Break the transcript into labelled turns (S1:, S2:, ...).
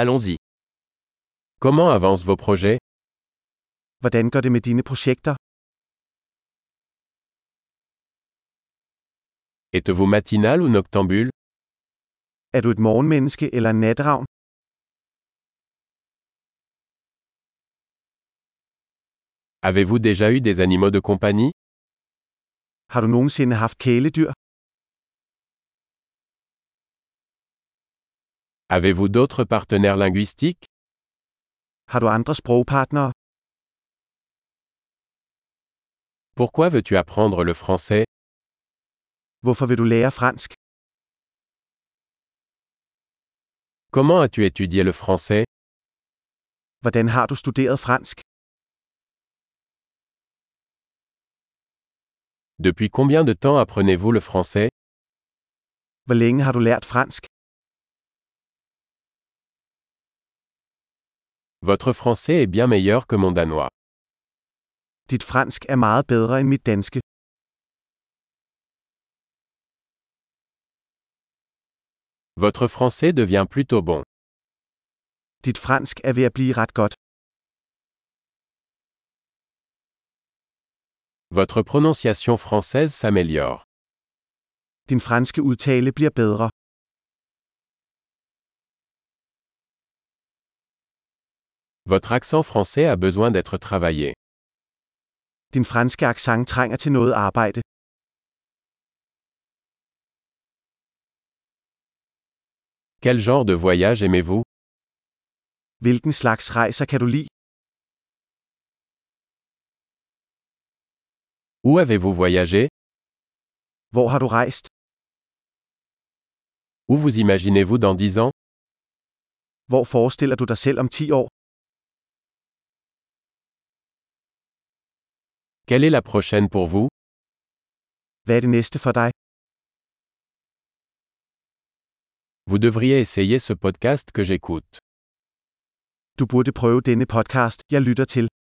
S1: Allons-y. Comment avancent vos projets
S2: Hvordan går det med dine projekter?
S1: Êtes-vous matinal ou noctambule
S2: Er du et morgenmenneske eller en natravn?
S1: Avez-vous déjà eu des animaux de compagnie
S2: Har du nogensinde haft kæledyr?
S1: Avez-vous d'autres partenaires linguistiques
S2: Har du andre sprogpartnere?
S1: Pourquoi veux-tu apprendre le français
S2: Hvorfor vil du lære fransk?
S1: Comment as-tu étudié le français
S2: Hvordan har du studeret fransk?
S1: Depuis combien de temps apprenez-vous le français
S2: Hvor længe har du lært fransk?
S1: Votre français est bien meilleur que mon danois.
S2: Dit fransk er meget bedre end mit danske.
S1: Votre français devient plutôt bon.
S2: Dit fransk er ved at blive ret godt.
S1: Votre prononciation française s'améliore.
S2: Din franske udtale bliver bedre.
S1: Votre accent français a besoin d'être travaillé.
S2: Din franske accent trænger til noget arbejde.
S1: Quel genre de voyage aimez-vous
S2: Hvilken slags rejser kan du lide?
S1: Où avez-vous voyagé
S2: Hvor har du rejst?
S1: Où vous imaginez-vous dans 10 ans
S2: Hvor forestiller du dig selv om 10 år?
S1: Quelle est la prochaine pour vous
S2: Hvad er det næste for dig?
S1: Vous devriez essayer ce podcast que j'écoute.
S2: Du burde prøve denne podcast, jeg lytter til.